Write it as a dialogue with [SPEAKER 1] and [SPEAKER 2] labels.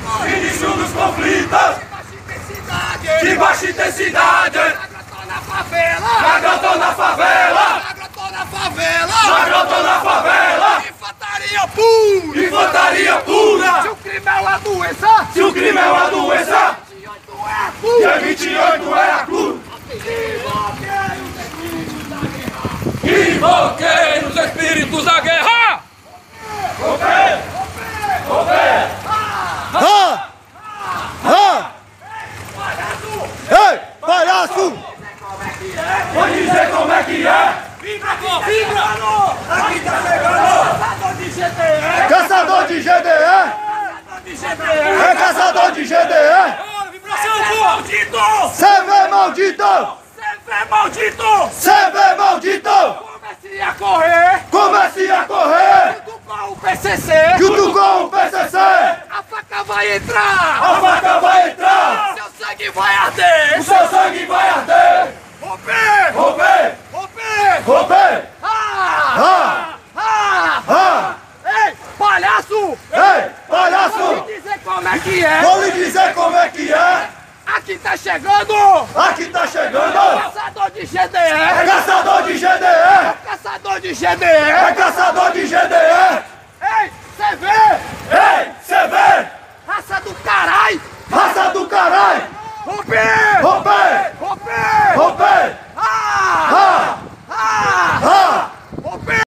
[SPEAKER 1] bicho dos conflitos,
[SPEAKER 2] baixa intensidade.
[SPEAKER 1] de baixa intensidade,
[SPEAKER 2] Agrotão na favela.
[SPEAKER 1] agrotão na favela,
[SPEAKER 2] Agrotão na favela.
[SPEAKER 1] agrotão na favela,
[SPEAKER 2] Infantaria pura.
[SPEAKER 1] infantaria pura.
[SPEAKER 2] Se o crime é uma doença,
[SPEAKER 1] Se o crime é uma doença,
[SPEAKER 2] 28 é
[SPEAKER 1] dia
[SPEAKER 2] pura.
[SPEAKER 1] 28 é a cruz.
[SPEAKER 2] Desbloqueio definido da guerra.
[SPEAKER 3] Invoquei os espíritos da guerra!
[SPEAKER 4] Ah! Ah! Ei, palhaço!
[SPEAKER 1] Vou dizer como é que é.
[SPEAKER 2] Aqui tá chegando. Caçador de GTE.
[SPEAKER 4] Caçador de GDE!
[SPEAKER 2] Caçador de GTE.
[SPEAKER 4] É caçador de GDE!
[SPEAKER 2] Você é maldito.
[SPEAKER 4] CV maldito!
[SPEAKER 2] Você é maldito.
[SPEAKER 4] CV maldito!
[SPEAKER 2] Comece a correr.
[SPEAKER 4] Comece a correr!
[SPEAKER 2] Do pau PCC.
[SPEAKER 4] Junto com o PCC!
[SPEAKER 2] A faca vai entrar.
[SPEAKER 1] A faca vai entrar,
[SPEAKER 2] Seu sangue vai arder!
[SPEAKER 1] o seu sangue vai arder.
[SPEAKER 2] Romper!
[SPEAKER 1] Roubei,
[SPEAKER 2] Romper!
[SPEAKER 4] Roubei!
[SPEAKER 2] Ah!
[SPEAKER 4] Ah!
[SPEAKER 2] Ah!
[SPEAKER 4] Ah!
[SPEAKER 2] Ei, palhaço!
[SPEAKER 4] Ei,
[SPEAKER 2] Vou
[SPEAKER 4] palhaço!
[SPEAKER 2] te dizer como é que é!
[SPEAKER 4] Vou lhe dizer como é que é!
[SPEAKER 2] Aqui tá chegando!
[SPEAKER 4] Aqui tá chegando!
[SPEAKER 2] Caçador de GDE!
[SPEAKER 4] É caçador de GDE!
[SPEAKER 2] Caçador de GDE!
[SPEAKER 4] É caçador de GDE!
[SPEAKER 2] Ah!